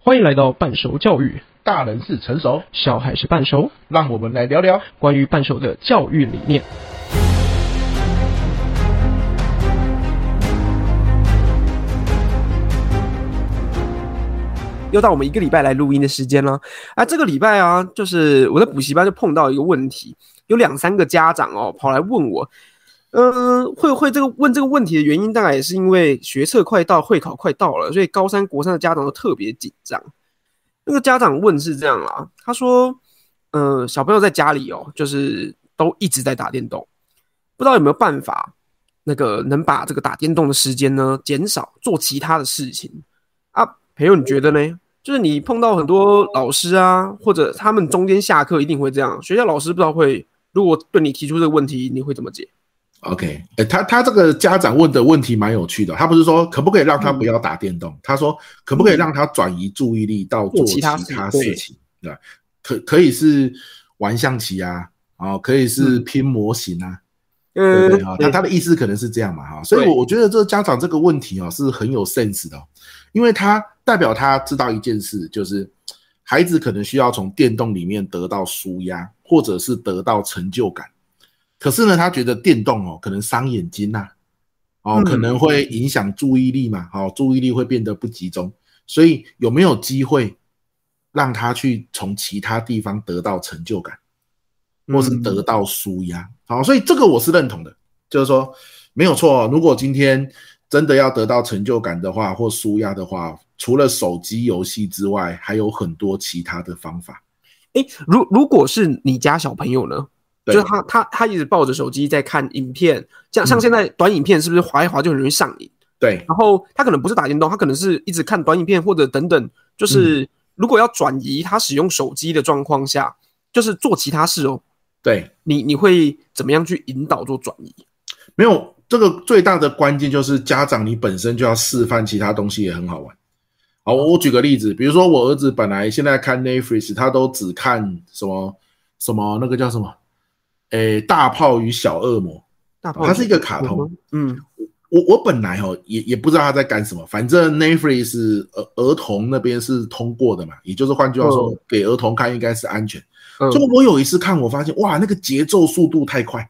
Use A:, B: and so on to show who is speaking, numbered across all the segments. A: 欢迎来到半熟教育，
B: 大人是成熟，
A: 小孩是半熟，
B: 让我们来聊聊。
A: 关于半熟的教育理念。
C: 又到我们一个礼拜来录音的时间了啊！这个礼拜啊，就是我在补习班就碰到一个问题，有两三个家长哦跑来问我，嗯、会会这个问这个问题的原因，大概也是因为学测快到，会考快到了，所以高三、国三的家长都特别紧张。那个家长问是这样啦，他说，呃，小朋友在家里哦，就是都一直在打电动，不知道有没有办法，那个能把这个打电动的啊时间呢减少，做其他的事情啊？朋友，你觉得呢？就是你碰到很多老师啊，或者他们中间下课一定会这样，学校老师不知道会，如果对你提出这个问题，你会怎么解？
B: OK，哎，他他这个家长问的问题蛮有趣的，他不是说可不可以让他不要打电动，他说可不可以让他转移注意力到做
C: 做
B: 其
C: 其
B: 他
C: 他
B: 事情，对吧？可可以是玩象棋啊，哦，可以是拼模型啊，
C: 呃
B: 对不对哈？他他的意思可能是这样嘛哈，所以
C: 嗯对
B: 我我觉得这个家长这个问题哦是很有 sense 的哦、因为他代表他知道一件事，就是孩子可能需要从电动里面得到舒压，或者是得到成就感。可是呢，他觉得电动哦可能伤眼睛呐、哦
C: 嗯
B: 可能会影响注意力嘛，哦注意力会变得不集中，所以有没有机会让他去从其他地方得到成就感？或是得
C: 嗯
B: 到舒压。好，所以这个我是认同的，就是说没有错哦。如果今天真的要得到成就感的话，或舒压的话，除了手机游戏之外，还有很多其他的方法。
C: 诶，如如果是你家小朋友呢？就
B: 对
C: 是他他他一直抱着手机在看影片，像
B: 嗯
C: 像现在短影片是不是划一划就很容易上瘾？
B: 对
C: 然后他可能不是打电动，他可能是一直看短影片或者等等。
B: 嗯
C: 就是如果要转移他使用手机的状况下，就是做其他事哦。
B: 对，
C: 你你会怎么样去引导做转移？
B: 没有这个最大的关键就是家长你本身就要示范其他东西也很好玩。好，我我举个例子，比如说我儿子本来现在看 Netflix，他都只看什么什么那个叫什么，诶，大炮与小恶魔，
C: 大
B: 它是一个卡通。，
C: 嗯，
B: 我我本来哦也也不知道他在干什么，反正 Netflix 是儿儿童那边是通过的嘛，也就是换句话说，给儿童看应该是安全。
C: 嗯
B: 结果我有一次看，我发现哇，那个节奏速度太快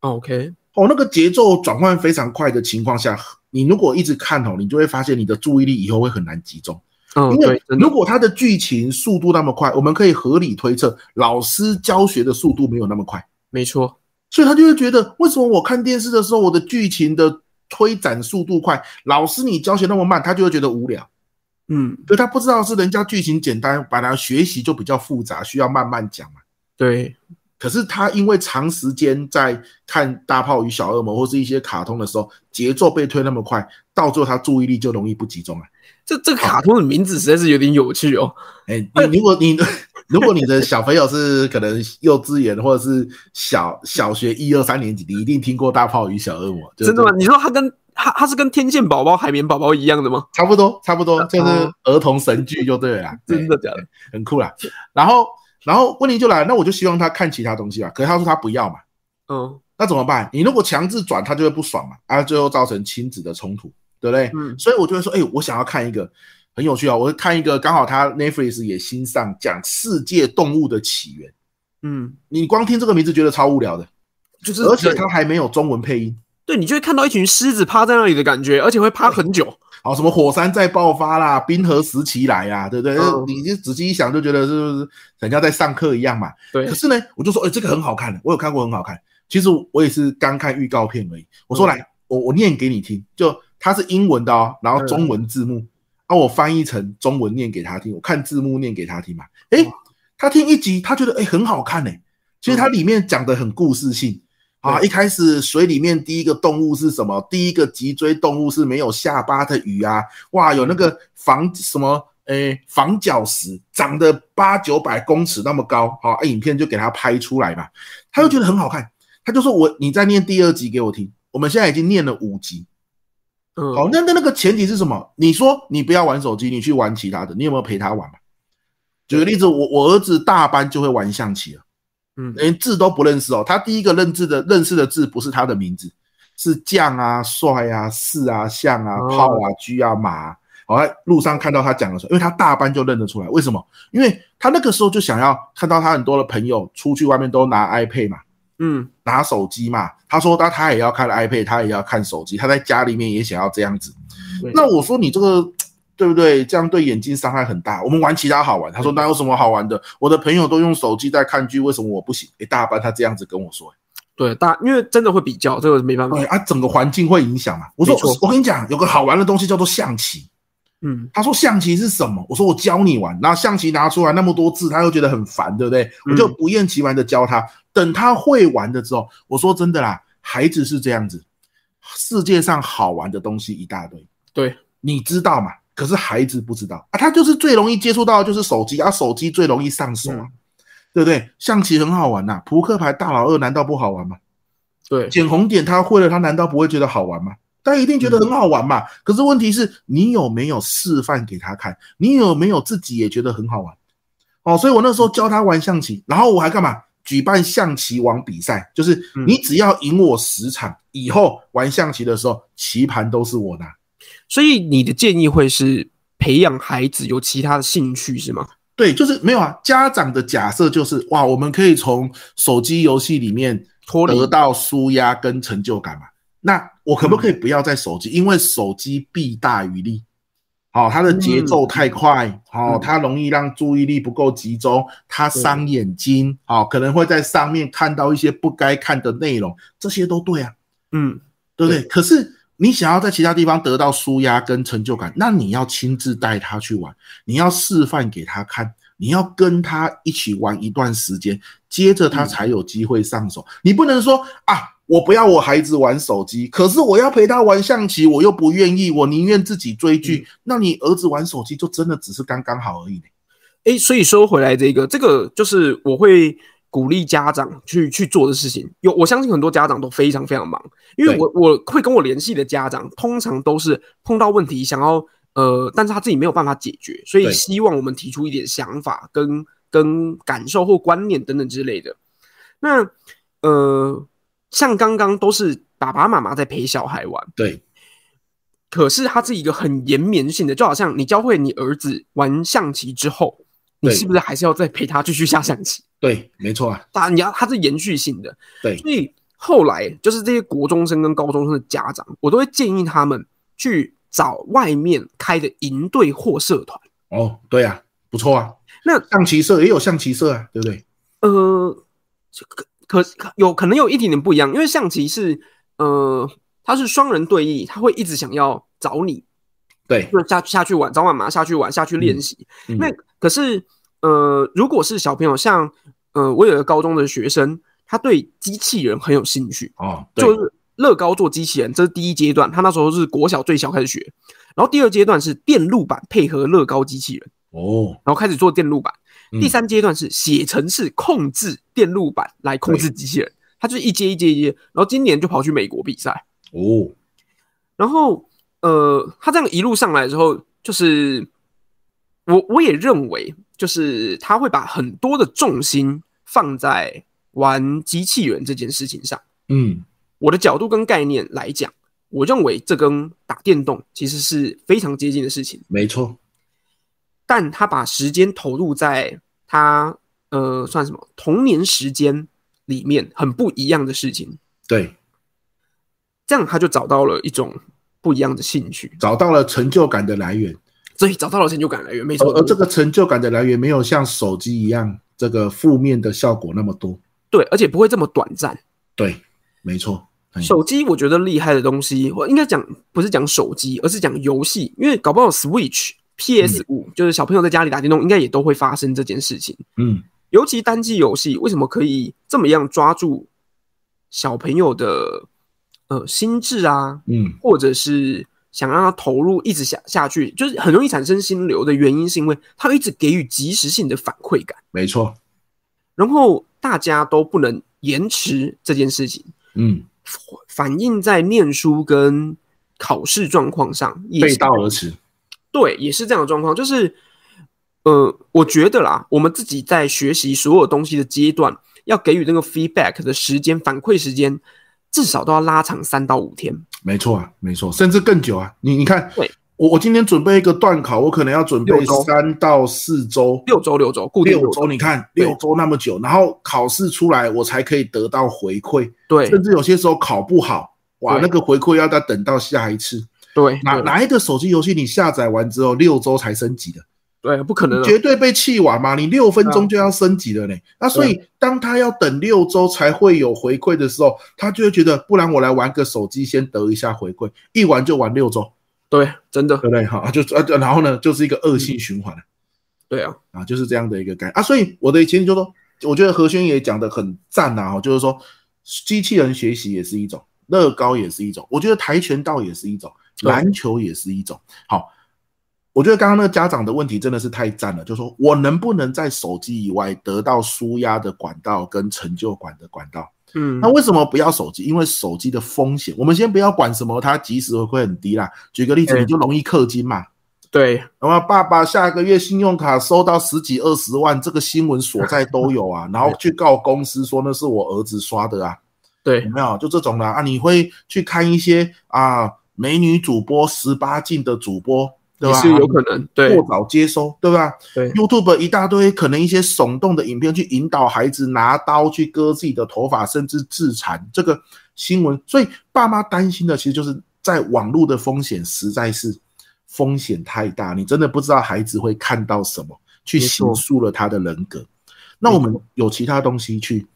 C: ，OK，
B: 哦，那个节奏转换非常快的情况下，你如果一直看哦，你就会发现你的注意力以后会很难集中，
C: 嗯，
B: 因
C: 对
B: 为，
C: 真的
B: 如果它的剧情速度那么快，我们可以合理推测老师教学的速度没有那么快。
C: 没错，
B: 所以他就会觉得，为什么我看电视的时候，我的剧情的推展速度快，老师你教学那么慢，他就会觉得无聊。
C: 嗯，
B: 可他不知道是人家剧情简单，本来学习就比较复杂，需要慢慢讲嘛。
C: 对，
B: 可是他因为长时间在看《大炮与小恶魔》或是一些卡通的时候，节奏被推那么快，到最后他注意力就容易不集中了。啊
C: 这这个卡通的名字实在是有点有趣哦。
B: 哎、你如果你如果你的 小朋友是可能幼稚园或者是小小学一二三年级，你一定听过《大炮与小恶魔》，就是
C: 真的吗？你说他跟他他是跟天线宝宝、海绵宝宝一样的吗？
B: 差不多，差不多，就是
C: 哦
B: 儿童神剧就对了啦，
C: 真的假的？
B: 对很酷啦。然后，然后问题就来了，那我就希望他看其他东西吧。可是他说他不要嘛，
C: 嗯
B: 那怎么办？你如果强制转，他就会不爽嘛，啊，最后造成亲子的冲突，对不对？
C: 嗯
B: 所以我就会说，哎、我想要看一个很有趣啊、我看一个刚好他 Netflix 也新上讲世界动物的起源，
C: 嗯，
B: 你光听这个名字觉得超无聊的，
C: 就是
B: 而且它还没有中文配音。
C: 对你就会看到一群狮子趴在那里的感觉，而且会趴很久。
B: 好，什么火山再爆发啦，冰河时期来啦，对不对？
C: 嗯
B: 你就仔细一想，就觉得是不是人家在上课一样嘛？
C: 对
B: 可，是呢，我就说，哎、这个很好看，我有看过，很好看。其实我也是刚看预告片而已。我说
C: 嗯
B: 来，我我念给你听，就它是英文的哦，然
C: 嗯
B: 后中文字幕，啊，我翻译成中文念给他听，我看字幕念给他听嘛。哎、他听一集，他觉得哎、诶很好看哎、其
C: 嗯
B: 实它里面讲的很故事性。啊，
C: 对
B: 一开始水里面第一个动物是什么？第一个脊椎动物是没有下巴的鱼啊，哇，有那
C: 嗯
B: 个防什么，诶，防角石长得八九百公尺那么高，好、啊，影片就给他拍出来嘛，他就觉得很好看，他就说我你再念第二集给我听，我们现在已经念了五集，
C: 嗯，
B: 好，那那那个前提是什么？你说你不要玩手机，你去玩其他的，你有没有陪他玩嘛？举个例子，我我儿子大班就会玩象棋了，
C: 嗯
B: 连字都不认识哦，他第一个认字的认识的字不是他的名字，是将啊、帅啊、士啊、象啊、
C: 哦
B: 炮啊、车啊、马啊。好、在路上看到他讲的时候，因为他大班就认得出来，为什么？因为他那个时候就想要看到他很多的朋友出去外面都拿 iPad 嘛，
C: 嗯，
B: 拿手机嘛。他说他他也要看 iPad，他也要看手机，他在家里面也想要这样子
A: 对。
B: 那我说你这个对不对？这样对眼睛伤害很大。我们玩其他好玩，他说
C: 嗯
B: 那有什么好玩的？我的朋友都用手机在看剧，为什么我不行？诶，大班他这样子跟我说、
C: 对，大因为真的会比较，这个没办法
B: 对，啊，整个环境会影响嘛。我说
C: 嗯没错
B: 我跟你讲，有个好玩的东西叫做象棋。
C: 嗯，
B: 他说象棋是什么？我说我教你玩。然后象棋拿出来那么多字，他又觉得很烦，对不对？
C: 嗯
B: 我就不厌其烦的教他。等他会玩的之后，我说真的啦，孩子是这样子，世界上好玩的东西一大堆，
C: 对，
B: 你知道嘛？可是孩子不知道啊，他就是最容易接触到的就是手机啊，手机最容易上手啊，
C: 嗯
B: 对不对？象棋很好玩呐、扑克牌大老二难道不好玩吗？
C: 对，
B: 捡红点他会了，他难道不会觉得好玩吗？他一定觉得很好玩嘛。可是问题是你有没有示范给他看？你有没有自己也觉得很好玩？哦，所以我那时候教他玩象棋，然后我还干嘛？举办象棋王比赛，就是
C: 嗯
B: 你只要赢我十场，以后玩象棋的时候，棋盘都是我拿。
C: 所以你的建议会是培养孩子有其他的兴趣是吗？
B: 对，就是没有啊。家长的假设就是哇，我们可以从手机游戏里面
C: 脱离
B: 得到舒压跟成就感嘛。那我可不可以不要在手
C: 嗯
B: 机？因为手机弊大于利，好、它的节奏太快，好、
C: 嗯
B: 它容易让注意力不够集中，它伤眼睛，好、可能会在上面看到一些不该看的内容，这些都对啊。
C: 嗯，
B: 对不对？可是你想要在其他地方得到舒压跟成就感，那你要亲自带他去玩，你要示范给他看，你要跟他一起玩一段时间，接着他才有机会上手。你不能说啊，我不要我孩子玩手机，可是我要陪他玩象棋，我又不愿意，我宁愿自己追剧。那你儿子玩手机就真的只是刚刚好而已呢。
C: 诶，所以说回来这个，这个就是我会鼓励家长去去做的事情。有，我相信很多家长都非常非常忙，因为
B: 对
C: 我我会跟我联系的家长，通常都是碰到问题想要呃，但是他自己没有办法解决，所以
B: 对
C: 希望我们提出一点想法跟跟感受或观念等等之类的。那呃，像刚刚都是爸爸妈妈在陪小孩玩。
B: 对
C: 可是它是一个很延绵性的，就好像你教会你儿子玩象棋之后，你
B: 对
C: 是不是还是要再陪他继续下象棋？
B: 对，没错啊，
C: 当然，你要它是延续性的，
B: 对
C: 所以后来就是这些国中生跟高中生的家长，我都会建议他们去找外面开的营队或社团。
B: 哦，对啊，不错啊。
C: 那
B: 象棋社也有象棋社啊，对不对？
C: 呃，可可有可能有一点点不一样，因为象棋是呃，它是双人对弈，他会一直想要找你，
B: 对，
C: 就下下去玩，早晚嘛下去玩，下去练习。
B: 嗯嗯
C: 那可是呃，如果是小朋友，像呃，我有个高中的学生，他对机器人很有兴趣，
B: 哦，对
C: 就是乐高做机器人，这是第一阶段，他那时候是国小最小开始学，然后第二阶段是电路板配合乐高机器人，
B: 哦，
C: 然后开始做电路板。
B: 嗯
C: 第三阶段是写程式控制电路板来控制机器人，他就是一阶一阶一阶，然后今年就跑去美国比赛。
B: 哦，
C: 然后呃，他这样一路上来之后，就是我我也认为，就是他会把很多的重心放在玩机器人这件事情上。
B: 嗯，
C: 我的角度跟概念来讲，我认为这跟打电动其实是非常接近的事情，
B: 没错，
C: 但他把时间投入在他呃算什么童年时间里面很不一样的事情，
B: 对，
C: 这样他就找到了一种不一样的兴趣，
B: 找到了成就感的来源，
C: 所以找到了成就感来源。没
B: 而
C: 错，
B: 而这个成就感的来源没有像手机一样这个负面的效果那么多。
C: 对，而且不会这么短暂。
B: 对，没错，哎
C: 手机我觉得厉害的东西，我应该讲不是讲手机，而是讲游戏，因为搞不好 Switch、PS 五、就是小朋友在家里打电动，应该也都会发生这件事情。
B: 嗯，
C: 尤其单机游戏，为什么可以这么样抓住小朋友的呃心智啊，
B: 嗯，
C: 或者是想让他投入一直下下去，就是很容易产生心流的原因，是因为他一直给予及时性的反馈感，
B: 没错，
C: 然后大家都不能延迟这件事情。
B: 嗯，
C: 反映在念书跟考试状况上，也
B: 背
C: 是
B: 道而驰。
C: 对，也是这样的状况。就是，呃，我觉得啦，我们自己在学习所有东西的阶段，要给予那个 feedback 的时间反馈时间，至少都要拉长三到五天。
B: 没错啊，没错，甚至更久啊。你你看
C: 对，
B: 我我今天准备一个段考，我可能要准备
C: 六周
B: 三到四周，
C: 六周六周固定
B: 六周，你看
C: 对
B: 六周那么久，然后考试出来我才可以得到回馈，
C: 对
B: 甚至有些时候考不好，哇，
C: 对
B: 那个回馈要再等到下一次。
C: 对
B: 哪
C: 对
B: 哪一个手机游戏你下载完之后六周才升级的？
C: 对，不可能啊，
B: 绝对被气完嘛！你六分钟就要升级了呢。那所以，当他要等六周才会有回馈的时候，他就会觉得，不然我来玩个手机先得一下回馈，一玩就玩六周，
C: 对，真的
B: 对不对？哈，就啊，然后呢，就是一个恶性循环
C: 对啊，
B: 啊，就是这样的一个概念啊。所以我的前提就是说，我觉得何轩也讲的很赞啊呐，哈，就是说，机器人学习也是一种，乐高也是一种，我觉得跆拳道也是一种，
C: 对
B: 篮球也是一种。好，我觉得刚刚那个家长的问题真的是太赞了，就说我能不能在手机以外得到舒压的管道跟成就感的管道？
C: 嗯
B: 那，为什么不要手机？因为手机的风险，我们先不要管什么，它及时回馈很低啦。举个例子，
C: 对
B: 你就容易氪金嘛。
C: 对
B: 然后爸爸下个月信用卡收到十几二十万，这个新闻所在都 有啊，然后去告公司说那是我儿子刷的啊，有
C: 对
B: 没有？就这种的啊，啊你会去看一些啊美女主播、十八禁的主播，对
C: 也
B: 吧？
C: 是有可能，对
B: 过早接收，对吧
C: 对
B: ？YouTube 一大堆可能一些耸动的影片去引导孩子拿刀去割自己的头发，甚至自残，这个新闻，所以爸妈担心的其实就是在网络的风险实在是风险太大，你真的不知道孩子会看到什么，去
C: 没
B: 形
C: 错
B: 塑了他的人格。那我们有其他东西去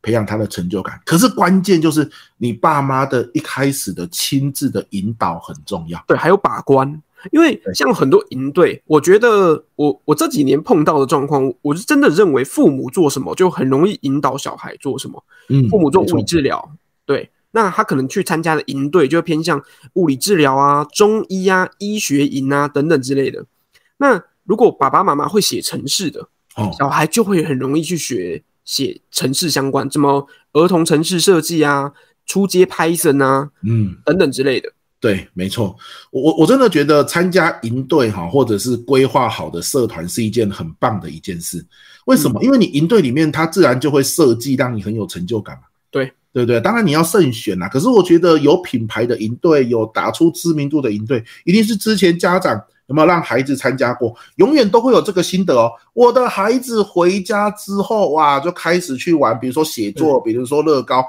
B: 培养他的成就感，可是关键就是你爸妈的一开始的亲自的引导很重要。
C: 对，还有把关。因为
B: 对
C: 像很多营队，我觉得我我这几年碰到的状况，我是真的认为父母做什么就很容易引导小孩做什么。
B: 嗯，
C: 父母做
B: 没
C: 物
B: 错
C: 理治疗，对，那他可能去参加的营队就会偏向物理治疗啊、中医啊、医学营啊等等之类的。那如果爸爸妈妈会写程式的，
B: 哦，
C: 小孩就会很容易去学写程式相关，什么儿童程式设计啊、初阶 Python 啊
B: 嗯。
C: 等等之类的。
B: 对，没错，我我我真的觉得参加营队哈，或者是规划好的社团是一件很棒的一件事。为什么？
C: 嗯
B: 因为你营队里面，它自然就会设计让你很有成就感嘛。
C: 对，
B: 对不对？当然你要慎选啊啦。可是我觉得有品牌的营队，有打出知名度的营队，一定是之前家长有没有让孩子参加过，永远都会有这个心得哦。我的孩子回家之后，哇，就开始去玩，比如说写作，比如说乐高，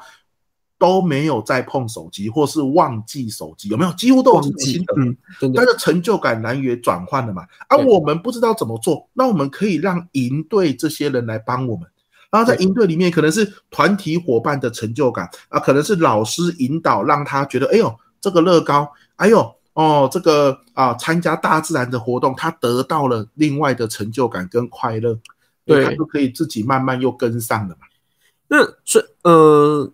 B: 都没有再碰手机，或是忘记手机，有没有？几乎都有这
C: 忘
B: 种心
C: 记
B: 得，，
C: 嗯，真
B: 他
C: 的，
B: 的成就感来源转换了嘛。啊，
C: 对
B: 我们不知道怎么做，那我们可以让营队这些人来帮我们。然后在
C: 对
B: 营队里面，可能是团体伙伴的成就感啊，可能是老师引导，让他觉得，哎呦，这个乐高，哎呦，哦，这个啊，参加大自然的活动，他得到了另外的成就感跟快乐，哎
C: 对
B: 他就可以自己慢慢又跟上了嘛。
C: 那所以呃，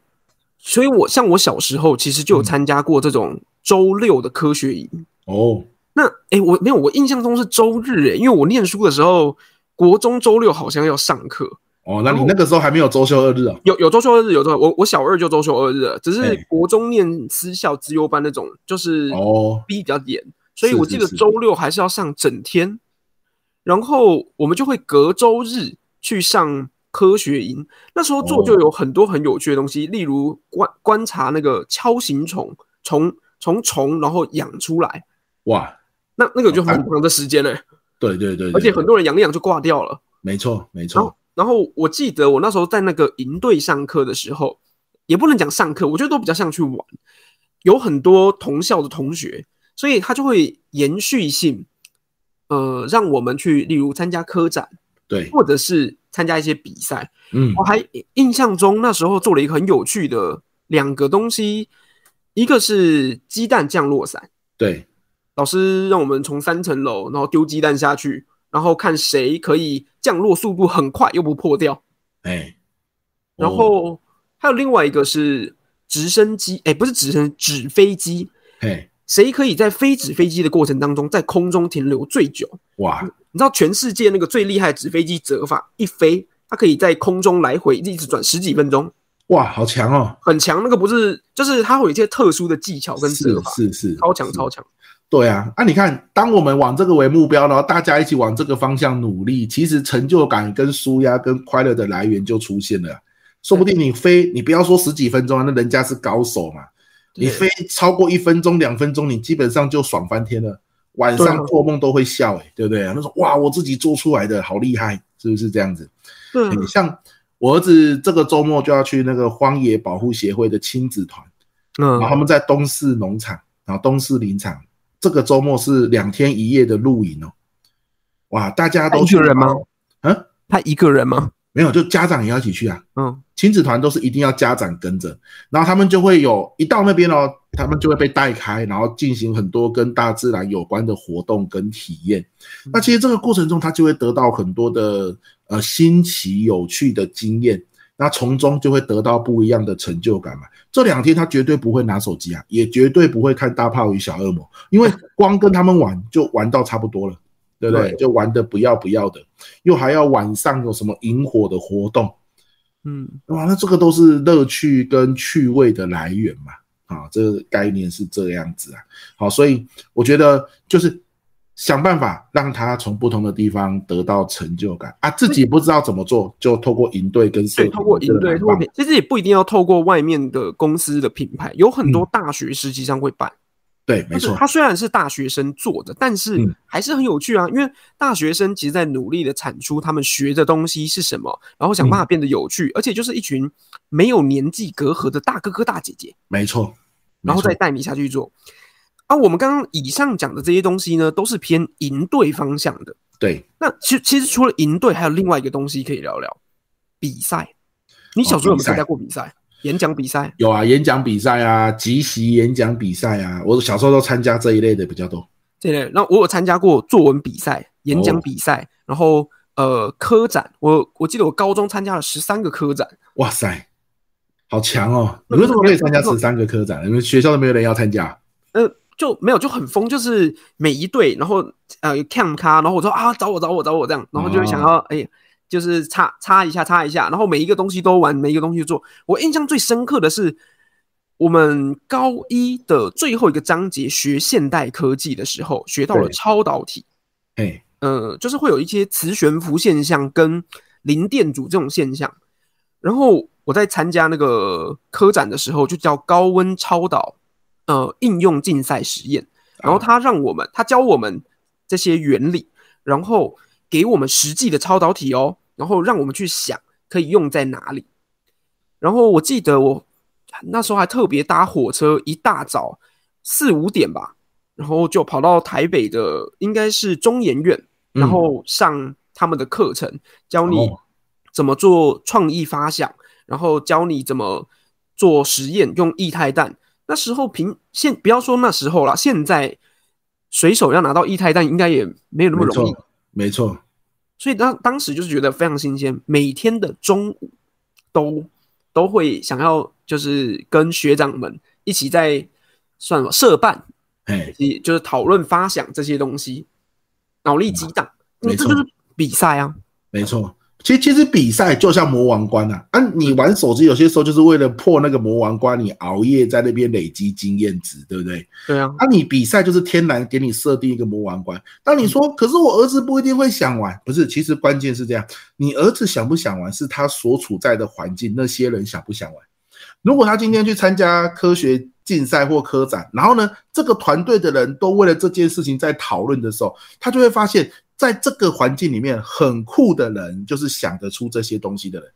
C: 所以我像我小时候其实就有
B: 嗯
C: 参加过这种周六的科学营。
B: 哦，
C: 那诶，我没有，我印象中是周日诶，因为我念书的时候，国中周六好像要上课，
B: 哦，那
C: 然
B: 你
C: 后
B: 那个时候还没有周休二日哦？
C: 有有周休二日，有周我我小二就周休二日了，只是
B: 哎
C: 国中念私校资优班那种，就是
B: 哦，
C: 逼比较严，所以
B: 是
C: 我
B: 是
C: 记得
B: 是
C: 周六还是要上整天，然后我们就会隔周日去上科学营，那时候做
B: 哦
C: 就有很多很有趣的东西，例如观观察那个锹形虫虫从虫然后养出来，
B: 哇，
C: 那那个就很长的时间嘞、
B: 哦对对对对
C: 而且很
B: 对
C: 多人养一养就挂掉了。
B: 没错没
C: 然
B: 错
C: 后，，然后我记得我那时候在那个营队上课的时候，也不能讲上课，我觉得都比较像去玩。有很多同校的同学，所以他就会延续性，呃，让我们去，例如参加科展，
B: 对，
C: 或者是参加一些比赛。
B: 嗯
C: 我还印象中那时候做了一个很有趣的两个东西，一个是鸡蛋降落伞。
B: 对。
C: 老师让我们从三层楼，然后丢鸡蛋下去，然后看谁可以降落速度很快又不破掉。
B: 哎，
C: 然
B: 哦
C: 后还有另外一个是直升机，哎，不是直升纸飞机，
B: 嘿，
C: 谁可以在飞纸飞机的过程当中在空中停留最久？
B: 哇，
C: 你知道全世界那个最厉害的纸飞机折法，一飞它可以在空中来回一直转十几分钟，
B: 哇，好强哦！
C: 很强。那个不是，就是它会有一些特殊的技巧跟折法，
B: 是是是，
C: 超强
B: 是
C: 超强。
B: 对啊，啊，你看，当我们往这个为目标，然后大家一起往这个方向努力，其实成就感、跟舒压、跟快乐的来源就出现了啊。说不定你飞，你不要说十几分钟啊，那人家是高手嘛。你
C: 对
B: 飞超过一分钟、两分钟，你基本上就爽翻天了。晚
C: 对啊
B: 上做梦都会笑、欸，对不对？他说哇，我自己做出来的好厉害，是不是这样子？
C: 对啊，
B: 欸像我儿子这个周末就要去那个荒野保护协会的亲子团，然后他
C: 嗯，
B: 们在东市农场，然后东市林场，这个周末是两天一夜的露营哦。哇，大家
C: 他
B: 都
C: 一个人吗
B: 去报？嗯，
C: 他一个人吗？
B: 没有，就家长也要一起去啊。
C: 嗯，
B: 亲子团都是一定要家长跟着，然后他们就会有一到那边哦，他们就会被带开，然后进行很多跟大自然有关的活动跟体验。那其实这个过程中，他就会得到很多的呃新奇有趣的经验，那从中就会得到不一样的成就感嘛。这两天他绝对不会拿手机啊，也绝对不会看大炮与小恶魔，因为光跟他们玩就玩到差不多了，对不对？
C: 对
B: 就玩的不要不要的，又还要晚上有什么萤火的活动。
C: 嗯，
B: 哇，那这个都是乐趣跟趣味的来源嘛，啊，这个概念是这样子啊。好，所以我觉得就是想办法让他从不同的地方得到成就感啊，自己不知道怎么做，就透过营队跟社
C: 对，
B: 团，
C: 透过营队，透过品，其实也不一定要透过外面的公司的品牌，有很多
B: 嗯
C: 大学实际上会办。
B: 对，没
C: 就是
B: 错，
C: 它虽然是大学生做的，但是
B: 嗯
C: 还是很有趣啊，因为大学生其实在努力的产出他们学的东西是什么，然后想办
B: 嗯
C: 法变得有趣，而且就是一群没有年纪隔阂的大哥哥大姐姐，
B: 没错，
C: 然后
B: 没错
C: 再带你下去做。啊，我们刚刚以上讲的这些东西呢，都是偏营队方向的。
B: 对，
C: 那其实其实除了营队，还有另外一个东西可以聊聊，比赛。你小时候有没有
B: 哦比赛
C: 参加过比赛？演讲比赛？
B: 有啊，演讲比赛啊，即席演讲比赛啊，我小时候都参加这一类的比较多。
C: 这类，那我有参加过作文比赛、演讲比赛，然后呃科展，我我记得我高中参加了十三个科展，
B: 哇塞，好强哦！
C: 那
B: 你为什么可以参加
C: 那那
B: 十三个科展？你们学校都没有人要参加啊？
C: 呃就没有就很疯，就是每一队，然后呃 cam 咖，然后我说啊找我找我找我这样，然后就会想要哎、就是擦擦一下擦一下，然后每一个东西都玩，每一个东西都做。我印象最深刻的是我们高一的最后一个章节学现代科技的时候，学到了
B: 对
C: 超导体。
B: 嘿，
C: 呃，就是会有一些磁悬浮现象跟零电阻这种现象。然后我在参加那个科展的时候，就叫高温超导呃应用竞赛实验。然后他让我们，他教我们这些原理，然后给我们实际的超导体哦，然后让我们去想可以用在哪里。然后我记得我那时候还特别搭火车，一大早四五点吧，然后就跑到台北的应该是中研院，
B: 嗯
C: 然后上他们的课程，教你
B: 哦
C: 怎么做创意发想，然后教你怎么做实验，用液态氮。那时候平现不要说那时候啦，现在随手要拿到液态氮应该也没有那么
B: 没
C: 容易，
B: 错，没错。
C: 所以当当时就是觉得非常新鲜，每天的中午都都会想要就是跟学长们一起在算什么社办
B: 哎，
C: 以及就是讨论发想这些东西，脑力激荡，
B: 嗯
C: 那
B: 没
C: 这
B: 错
C: 就是比赛啊。
B: 没错。其实其实比赛就像魔王关啊，啊，你玩手机有些时候就是为了破那个魔王关，你熬夜在那边累积经验值，对不对？
C: 对啊，
B: 啊，你比赛就是天然给你设定一个魔王关。当你说，可是我儿子不一定会想玩，不是？其实关键是这样，你儿子想不想玩，是他所处在的环境，那些人想不想玩。如果他今天去参加科学竞赛或科展，然后呢，这个团队的人都为了这件事情在讨论的时候，他就会发现，在这个环境里面，很酷的人就是想得出这些东西的人。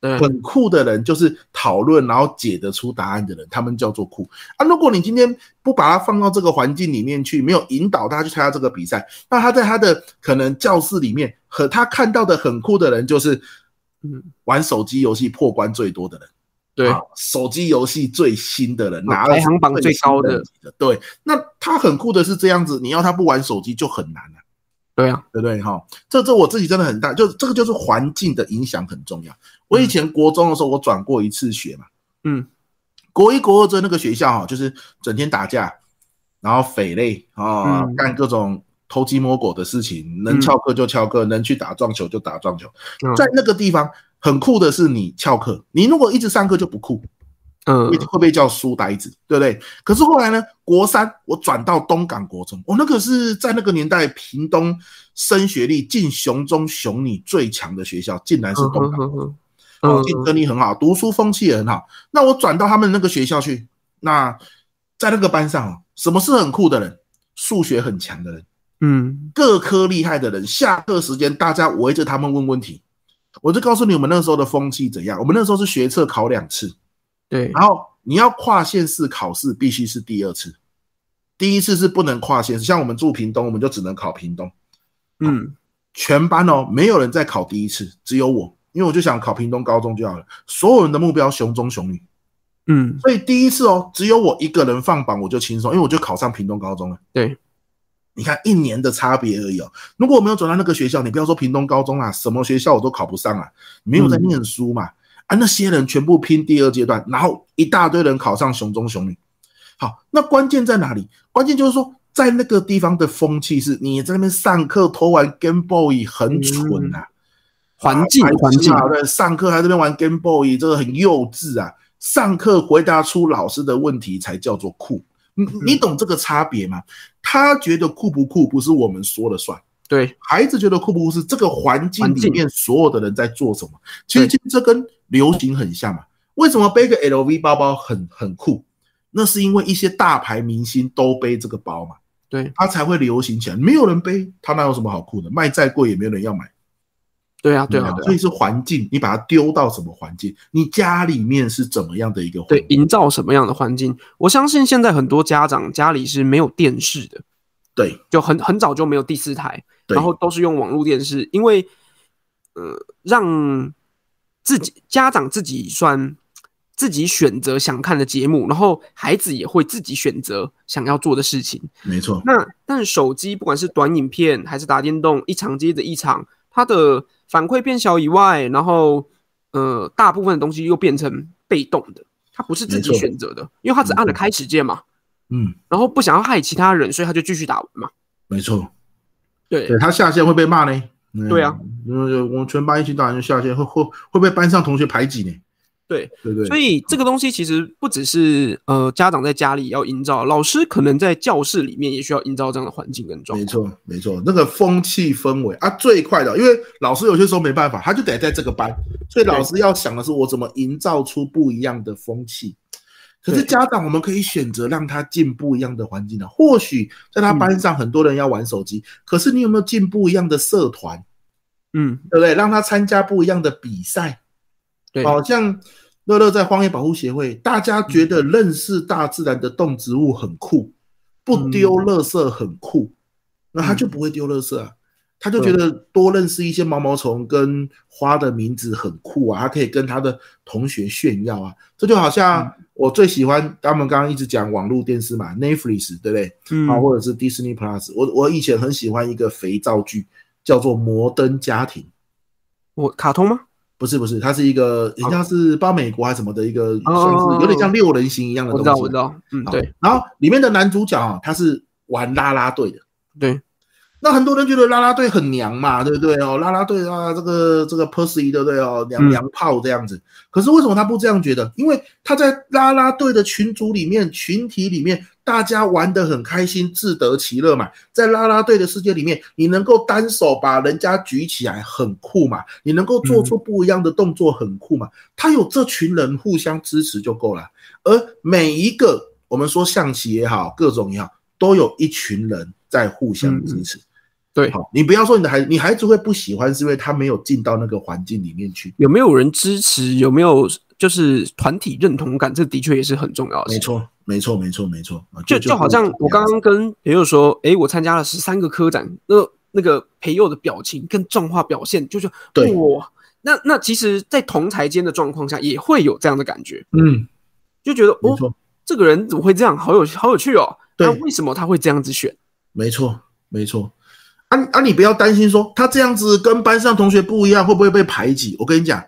C: 对， 啊
B: 很酷的人就是讨论然后解得出答案的人，他们叫做酷啊。如果你今天不把他放到这个环境里面去，没有引导他去参加这个比赛，那他在他的可能教室里面和他看到的很酷的人，就是
C: 嗯
B: 玩手机游戏破关最多的人，
C: 对哦
B: 啊，手机游戏最新的人，拿了
C: 排行榜最高的
B: 新等级的，对，那他很酷的是这样子，你要他不玩手机就很难了、
C: 对啊，
B: 对不对？哈，这这我自己真的很大，就这个就是环境的影响很重要。我以前国中的时候，我转过一次学嘛，
C: 嗯，
B: 国一国二在那个学校哈，就是整天打架，然后匪类啊，
C: 嗯
B: 干各种偷鸡摸狗的事情，能翘课就翘课，能去打撞球就打撞球。
C: 嗯
B: 在那个地方很酷的是，你翘课，你如果一直上课就不酷，
C: 嗯
B: 会会被叫书呆子，对不对？可是后来呢，国三我转到东港国中，哦我、那个是在那个年代屏东升学率进雄中雄女最强的学校，竟然是
C: 嗯
B: 东
C: 嗯
B: 港，
C: 嗯
B: 哦，
C: 嗯
B: 竞争力很好，读书风气也很好。那我转到他们那个学校去，那在那个班上哦，什么是很酷的人？数学很强的人，
C: 嗯，
B: 各科厉害的人，下课时间大家围着他们问问题。我就告诉你，我们那时候的风气怎样。我们那时候是学测考两次，
C: 对，
B: 然后你要跨县市考试，必须是第二次，第一次是不能跨县市。像我们住屏东，我们就只能考屏东。
C: 嗯，
B: 全班哦，没有人在考第一次，只有我，因为我就想考屏东高中就好了。所有人的目标雄中雄女，
C: 嗯，
B: 所以第一次哦，只有我一个人放榜，我就轻松，因为我就考上屏东高中了。
C: 对，
B: 你看一年的差别而已哦。如果我没有转到那个学校，你不要说屏东高中啊，什么学校我都考不上啊，没有在念书嘛。啊，那些人全部拼第二阶段，然后一大堆人考上雄中雄女。好，那关键在哪里？关键就是说，在那个地方的风气是，你在那边上课偷玩 Game Boy 很蠢
C: 嗯
B: 啊。
C: 环境
B: 白痴啊
C: 环境，
B: 对，上课还在那边玩 Game Boy，这个很幼稚啊！上课回答出老师的问题才叫做酷，
C: 嗯
B: 你你懂这个差别吗？他觉得酷不酷不是我们说了算，
C: 对，
B: 孩子觉得酷不酷是这个环境
C: 环
B: 里
C: 境
B: 面所有的人在做什么。其实
C: 对
B: 这跟流行很像嘛。为什么背个 LV 包包很很酷？那是因为一些大牌明星都背这个包嘛，
C: 对，
B: 它才会流行起来。没有人背，它哪有什么好酷的？卖再贵也没有人要买。
C: 对啊，对啊，
B: 嗯所
C: 对啊，
B: 以是环境，你把它丢到什么环境，你家里面是怎么样的一个环
C: 对，
B: 境？
C: 营造什么样的环境？我相信现在很多家长家里是没有电视的，
B: 对
C: 就很很早就没有第四台，
B: 对
C: 然后都是用网络电视，因为呃，让自己家长自己算自己选择想看的节目，然后孩子也会自己选择想要做的事情。
B: 没错，
C: 那但手机不管是短影片还是打电动，一场接着一场，它的反馈变小以外，然后呃，大部分的东西又变成被动的，它不是自己
B: 没错
C: 选择的，因为它只按了开始键嘛，
B: 嗯，
C: 然后不想要害其他人，所以他就继续打完嘛。
B: 没错。
C: 对
B: 对他下线会被骂呢。嗯
C: 对啊，
B: 因为我们全班一起打人下线，会会会被班上同学排挤呢。
C: 对，
B: 对不对？
C: 所以这个东西其实不只是呃家长在家里要营造，老师可能在教室里面也需要营造这样的环境跟状
B: 没
C: 况。
B: 错，没错，那个风气氛围啊，最快的，因为老师有些时候没办法，他就得在这个班，所以老师要想的是我怎么营造出不一样的风气。可是
C: 对
B: 家长，我们可以选择让他进不一样的环境啊。或许在他班上很多人要玩手机，可是你有没有进不一样的社团，
C: 嗯，
B: 对不对？让他参加不一样的比赛，
C: 对，
B: 好、像乐乐在荒野保护协会，大家觉得认识大自然的动植物很酷，
C: 嗯
B: 不丢垃圾很酷，那他就不会丢垃圾
C: 嗯
B: 啊。他就觉得多认识一些毛毛虫跟花的名字很酷啊，他可以跟他的同学炫耀啊。这就好像
C: 嗯
B: 我最喜欢他们刚刚一直讲网络电视嘛，Netflix 对不对？
C: 嗯
B: 啊，或者是 Disney Plus。我我以前很喜欢一个肥皂剧，叫做《摩登家庭》。
C: 我卡通吗？
B: 不是不是，它是一个人家是包美国还是什么的一个，
C: 哦
B: 算是有点像六人行一样的
C: 我
B: 东
C: 知道，
B: 西。
C: 我知道，嗯，
B: 好。
C: 对
B: 然后里面的男主角啊，他是玩啦啦队的。
C: 对，
B: 那很多人觉得啦啦队很娘嘛，对不对哦？啦啦队啊，这个这个 Percy 对不对哦？娘
C: 嗯
B: 娘炮这样子。可是为什么他不这样觉得？因为他在啦啦队的群组里面、群体里面，大家玩得很开心，自得其乐嘛。在啦啦队的世界里面，你能够单手把人家举起来，很酷嘛。你能够做出不一样的动作，很酷嘛。他有这群人互相支持就够了。而每一个我们说象棋也好，各种也好，都有一群人在互相支持。
C: 嗯对，
B: 好，你不要说你的孩子，你孩子会不喜欢，是因为他没有进到那个环境里面去。
C: 有没有人支持？有没有就是团体认同感？这的确也是很重要的事情。
B: 没错，没错，没错，没错。啊
C: 就就好像我刚刚跟培佑说，诶、我参加了十三个科展，那那个培佑的表情跟状化表现，就是
B: 对
C: 哇，那那其实，在同台间的状况下，也会有这样的感觉，
B: 嗯，
C: 就觉得
B: 没
C: 哦，
B: 错，
C: 这个人怎么会这样，好有好有趣哦。
B: 对
C: 那为什么他会这样子选？
B: 没错，没错。啊啊，你不要担心说他这样子跟班上同学不一样，会不会被排挤？我跟你讲，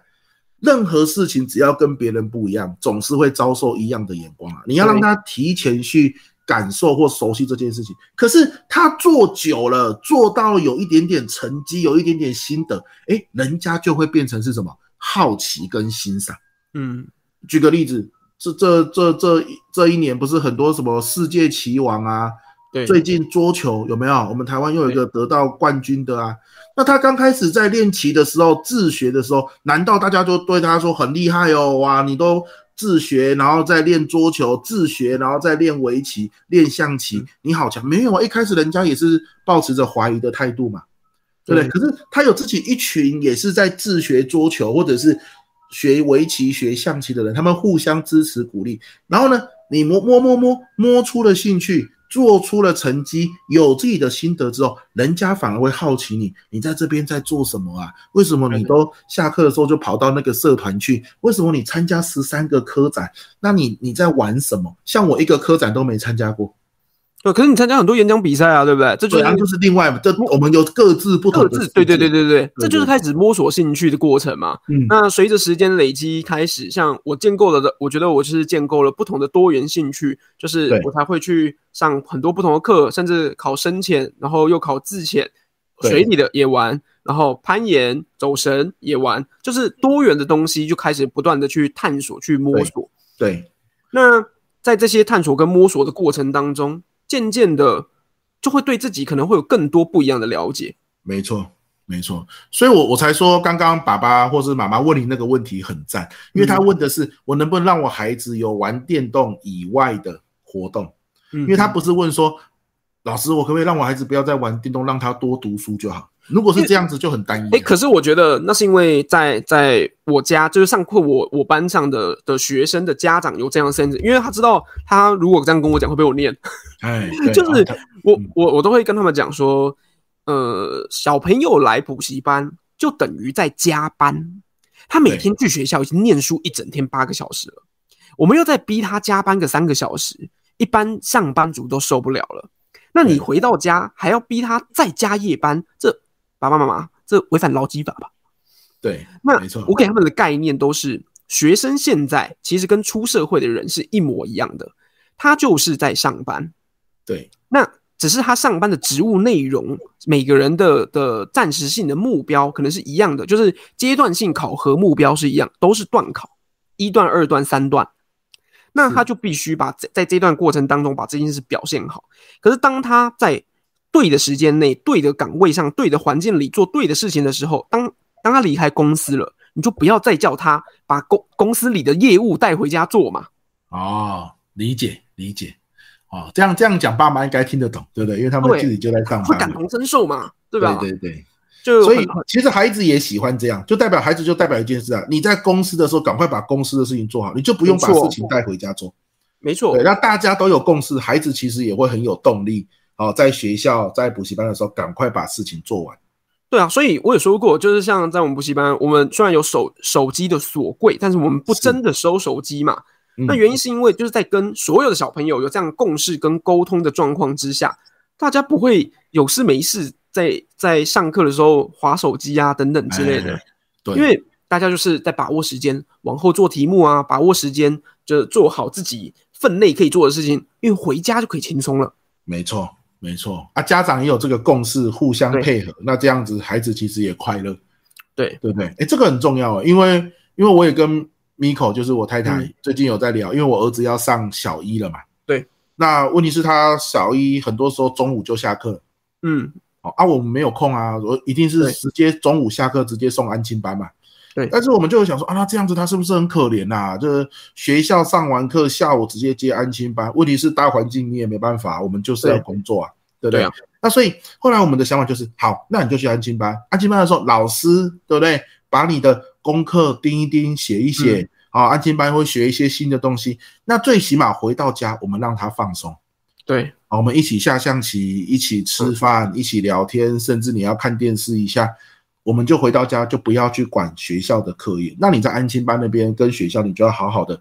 B: 任何事情只要跟别人不一样，总是会遭受一样的眼光啊。你要
C: 对
B: 让他提前去感受或熟悉这件事情。可是他做久了，做到有一点点成绩，有一点点心得，诶，人家就会变成是什么好奇跟欣赏。
C: 嗯，
B: 举个例子，这这这这一这一年不是很多什么世界棋王啊，
C: 对，
B: 最近桌球有没有？我们台湾又有一个得到冠军的啊。那他刚开始在练棋的时候，自学的时候，难道大家就对他说很厉害哦？哇，你都自学，然后再练桌球，自学，然后再练围棋、练象棋，你好强。没有啊，一开始人家也是抱持着怀疑的态度嘛，对不对？
C: 嗯
B: 可是他有自己一群也是在自学桌球或者是学围棋、学象棋的人，他们互相支持鼓励，然后呢，你摸摸摸摸摸出了兴趣，做出了成绩，有自己的心得之后，人家反而会好奇你，你在这边在做什么啊？为什么你都下课的时候就跑到那个社团去？为什么你参加十三个科展？那你你在玩什么？像我一个科展都没参加过，
C: 对，可是你参加很多演讲比赛啊，对不对？这就
B: 对
C: 是
B: 啊，就是另外这我们有各自不同
C: 各
B: 的
C: 自
B: 世界
C: 对对对，对对，这
B: 对
C: 就是开始摸索兴趣的过程嘛。
B: 嗯
C: 那随着时间累积，开始像我建构了的，我觉得我就是建构了不同的多元兴趣，就是
B: 对
C: 我才会去上很多不同的课，甚至考深潜，然后又考自潜，
B: 对
C: 水里的也玩，然后攀岩、走绳也玩，就是多元的东西就开始不断的去探索、去摸
B: 对
C: 索。
B: 对
C: 那在这些探索跟摸索的过程当中，渐渐的就会对自己可能会有更多不一样的了解。
B: 没错，没错，所以我我才说刚刚爸爸或是妈妈问你那个问题很赞，因为他
C: 嗯
B: 问的是我能不能让我孩子有玩电动以外的活动，
C: 嗯，
B: 因为他不是问说老师我可不可以让我孩子不要再玩电动，让他多读书就好。如果是这样子就很单一
C: 哎、
B: 了，
C: 可是我觉得那是因为在在我家，就是上课我我班上的的学生的家长有这样的甚至，因为他知道他如果这样跟我讲会被我念，
B: 哎，
C: 就是
B: 对啊
C: 我我我都会跟他们讲说，呃，小朋友来补习班就等于在加班，他每
B: 对
C: 天去学校已经念书一整天八个小时了，我们又在逼他加班个三个小时，一般上班族都受不了了。那你
B: 对
C: 回到家还要逼他再加夜班，这爸爸妈妈这违反劳基法吧？
B: 对，
C: 那
B: 没错
C: 我给他们的概念都是，学生现在其实跟出社会的人是一模一样的，他就是在上班，
B: 对
C: 那只是他上班的职务内容，每个人的的暂时性的目标可能是一样的，就是阶段性考核目标是一样，都是段考，一段、二段、三段。那他就必须把在在这段过程当中把这件事表现好。可是当他在对的时间内、对的岗位上、对的环境里做对的事情的时候，当当他离开公司了，你就不要再叫他把公公司里的业务带回家做嘛。
B: 哦，理解理解，哦，这样这样讲爸妈应该听得懂，对不对？因为他
C: 对
B: 们自己就在上
C: 会
B: 班
C: 感
B: 嘛，
C: 同身受嘛，对吧？
B: 啊对对对。
C: 就
B: 所
C: 很
B: 以其实孩子也喜欢这样，就代表孩子就代表一件事啊，你在公司的时候赶快把公司的事情做好，你就不用把
C: 没错
B: 事情带回家做。
C: 没错
B: 对，，让大家都有共识，孩子其实也会很有动力。哦，在学校在补习班的时候，赶快把事情做完。
C: 对啊，所以我也说过，就是像在我们补习班，我们虽然有手手机的锁柜，但是我们不
B: 是
C: 真的收手机嘛。
B: 嗯
C: 那原因是因为就是在跟所有的小朋友有这样共识跟沟通的状况之下，大家不会有事没事在在上课的时候划手机啊等等之类的
B: 哎，对，
C: 因为大家就是在把握时间，往后做题目啊，把握时间就做好自己分内可以做的事情，因为回家就可以轻松了。
B: 没错没错啊，家长也有这个共识，互相
C: 对
B: 配合，那这样子孩子其实也快乐。
C: 对，
B: 对不对？哎，这个很重要啊，因为因为我也跟 Miko，就是我太太
C: 嗯
B: 最近有在聊，因为我儿子要上小一了嘛。
C: 对。
B: 那问题是，他小一很多时候中午就下课，
C: 嗯，
B: 哦啊，我们没有空啊，我一定
C: 对
B: 是直接中午下课直接送安亲班嘛。
C: 对
B: 但是我们就会想说啊，那这样子他是不是很可怜呐、啊？这学校上完课，下午直接接安亲班，问题是大环境你也没办法，我们就是要
C: 对
B: 工作啊，对不
C: 对
B: 对？
C: 啊
B: 那所以后来我们的想法就是，好，那你就去安亲班。安亲班的时候，老师对不对？把你的功课盯一盯，写一
C: 嗯
B: 写。好，安亲班会学一些新的东西。那最起码回到家，我们让他放松。
C: 对，
B: 好，我们一起下象棋，一起
C: 嗯
B: 吃饭，一起聊天，甚至你要看电视一下，我们就回到家，就不要去管学校的课业。那你在安亲班那边跟学校，你就要好好的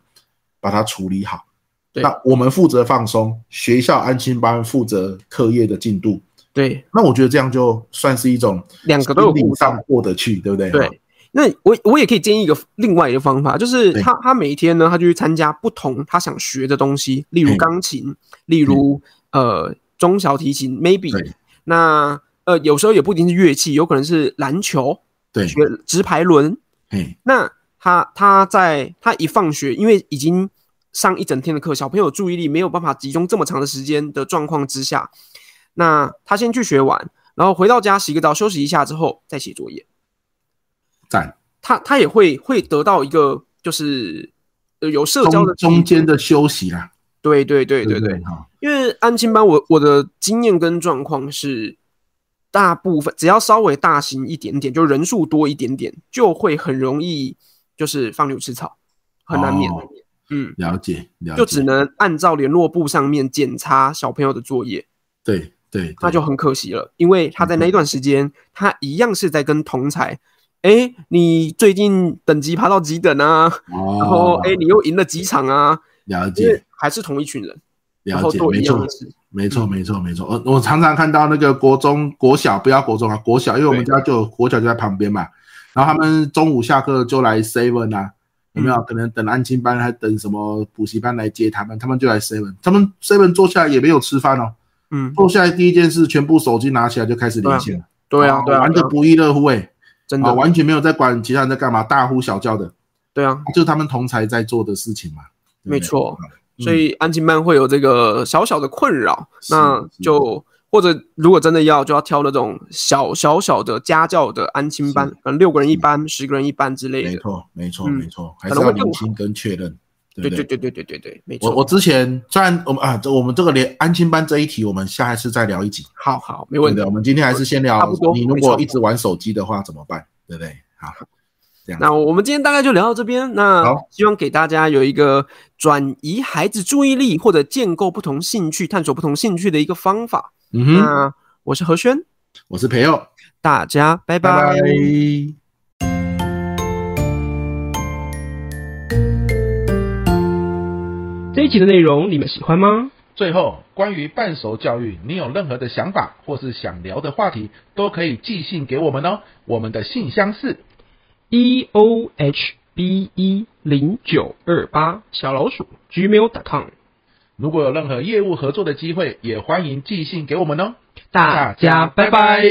B: 把它处理好。
C: 对
B: 那我们负责放松，学校安亲班负责课业的进度。
C: 对，
B: 那我觉得这样就算是一种
C: 两个都有
B: 心理
C: 顾到
B: 上过得去，对不对？啊
C: 对，那我我也可以建议一个另外一个方法，就是
B: 对
C: 他他每一天呢，他就去参加不同他想学的东西，例如
B: 嗯
C: 钢琴，例如呃中小提琴，maybe
B: 对
C: 那呃有时候也不一定是乐器，有可能是篮球、
B: 对，
C: 学直排轮。
B: 嘿，
C: 那他他在他一放学，因为已经上一整天的课，小朋友注意力没有办法集中这么长的时间的状况之下，那他先去学完，然后回到家洗个澡休息一下之后再写作业。
B: 赞，
C: 他他也会会得到一个就是呃有社交
B: 中
C: 的
B: 中间的休息啦，
C: 对对对对
B: 不
C: 对，
B: 对哈，
C: 因为安亲班我，我的经验跟状况是，大部分只要稍微大型一点点，就人数多一点点，就会很容易就是放牛吃草，很难免。
B: 哦
C: 嗯，
B: 了解了解，
C: 就只能按照联络簿上面检查小朋友的作业，
B: 对对，对嗯
C: 那就很可惜了，因为他在那一段时间，他一样是在跟同才。哎，你最近等级爬到几等啊？然后
B: 哦，
C: 哎，你又赢了几场啊？
B: 了
C: 因为
B: 解
C: 还是同一群人，然
B: 了
C: 后
B: 解，
C: 做
B: 没
C: 一样
B: 错
C: 的事。
B: 没错没错没错，我我常常看到那个国中国小不要国中啊，国小，因为我们家就有国小就在旁边嘛，然后他们中午下课就来 seven 啊。有没有
C: 嗯
B: 可能等安亲班还等什么补习班来接他们？他们就来 seven，他们 seven 坐下来也没有吃饭哦，
C: 嗯，
B: 坐下来第一件事全部手机拿起来就开始连线了，哦
C: 对啊，对啊，
B: 玩
C: 对
B: 的
C: 啊
B: 不亦乐乎哎、
C: 真
B: 啊，
C: 的，
B: 完全没有在管其他人在干嘛，大呼小叫的，
C: 对啊，
B: 就是他们同才在做的事情嘛。对不对
C: 没错，
B: 嗯
C: 所以安亲班会有这个小小的困扰，
B: 是
C: 那
B: 是
C: 就或者如果真的要，就要挑那种小小小的家教的安亲班
B: 是，
C: 可能六个人一班、十个人一班之类
B: 没
C: 的。
B: 错，没错，
C: 嗯
B: 没错，还
C: 可
B: 是
C: 能
B: 要
C: 会更
B: 厘清跟确认，
C: 对对
B: 对不对？
C: 对对对对对，没
B: 我我
C: 错。
B: 之前虽然我们啊，这我们这个连安亲班这一题，我们下一次再聊一集，
C: 好好，没
B: 对
C: 问
B: 不
C: 题
B: 对？。我们今天还是先聊
C: 差不多，
B: 你如
C: 没错
B: 果一直玩手机的话怎么办，对不对？好，这样子
C: 那我们今天大概就聊到这边。那
B: 好
C: 希望给大家有一个转移孩子注意力或者建构不同兴趣、探索不同兴趣的一个方法。
B: 嗯哼，
C: 那我是何轩，
B: 我是培佑，
C: 大家拜
B: 拜拜。
A: 这一集的内容你们喜欢吗？
D: 最后，关于半熟教育，你有任何的想法或是想聊的话题，都可以寄信给我们哦。我们的信箱是
A: e o h b e 零九二八小老鼠 gmail.com，
D: 如果有任何业务合作的机会，也欢迎寄信给我们哦。
A: 大家拜拜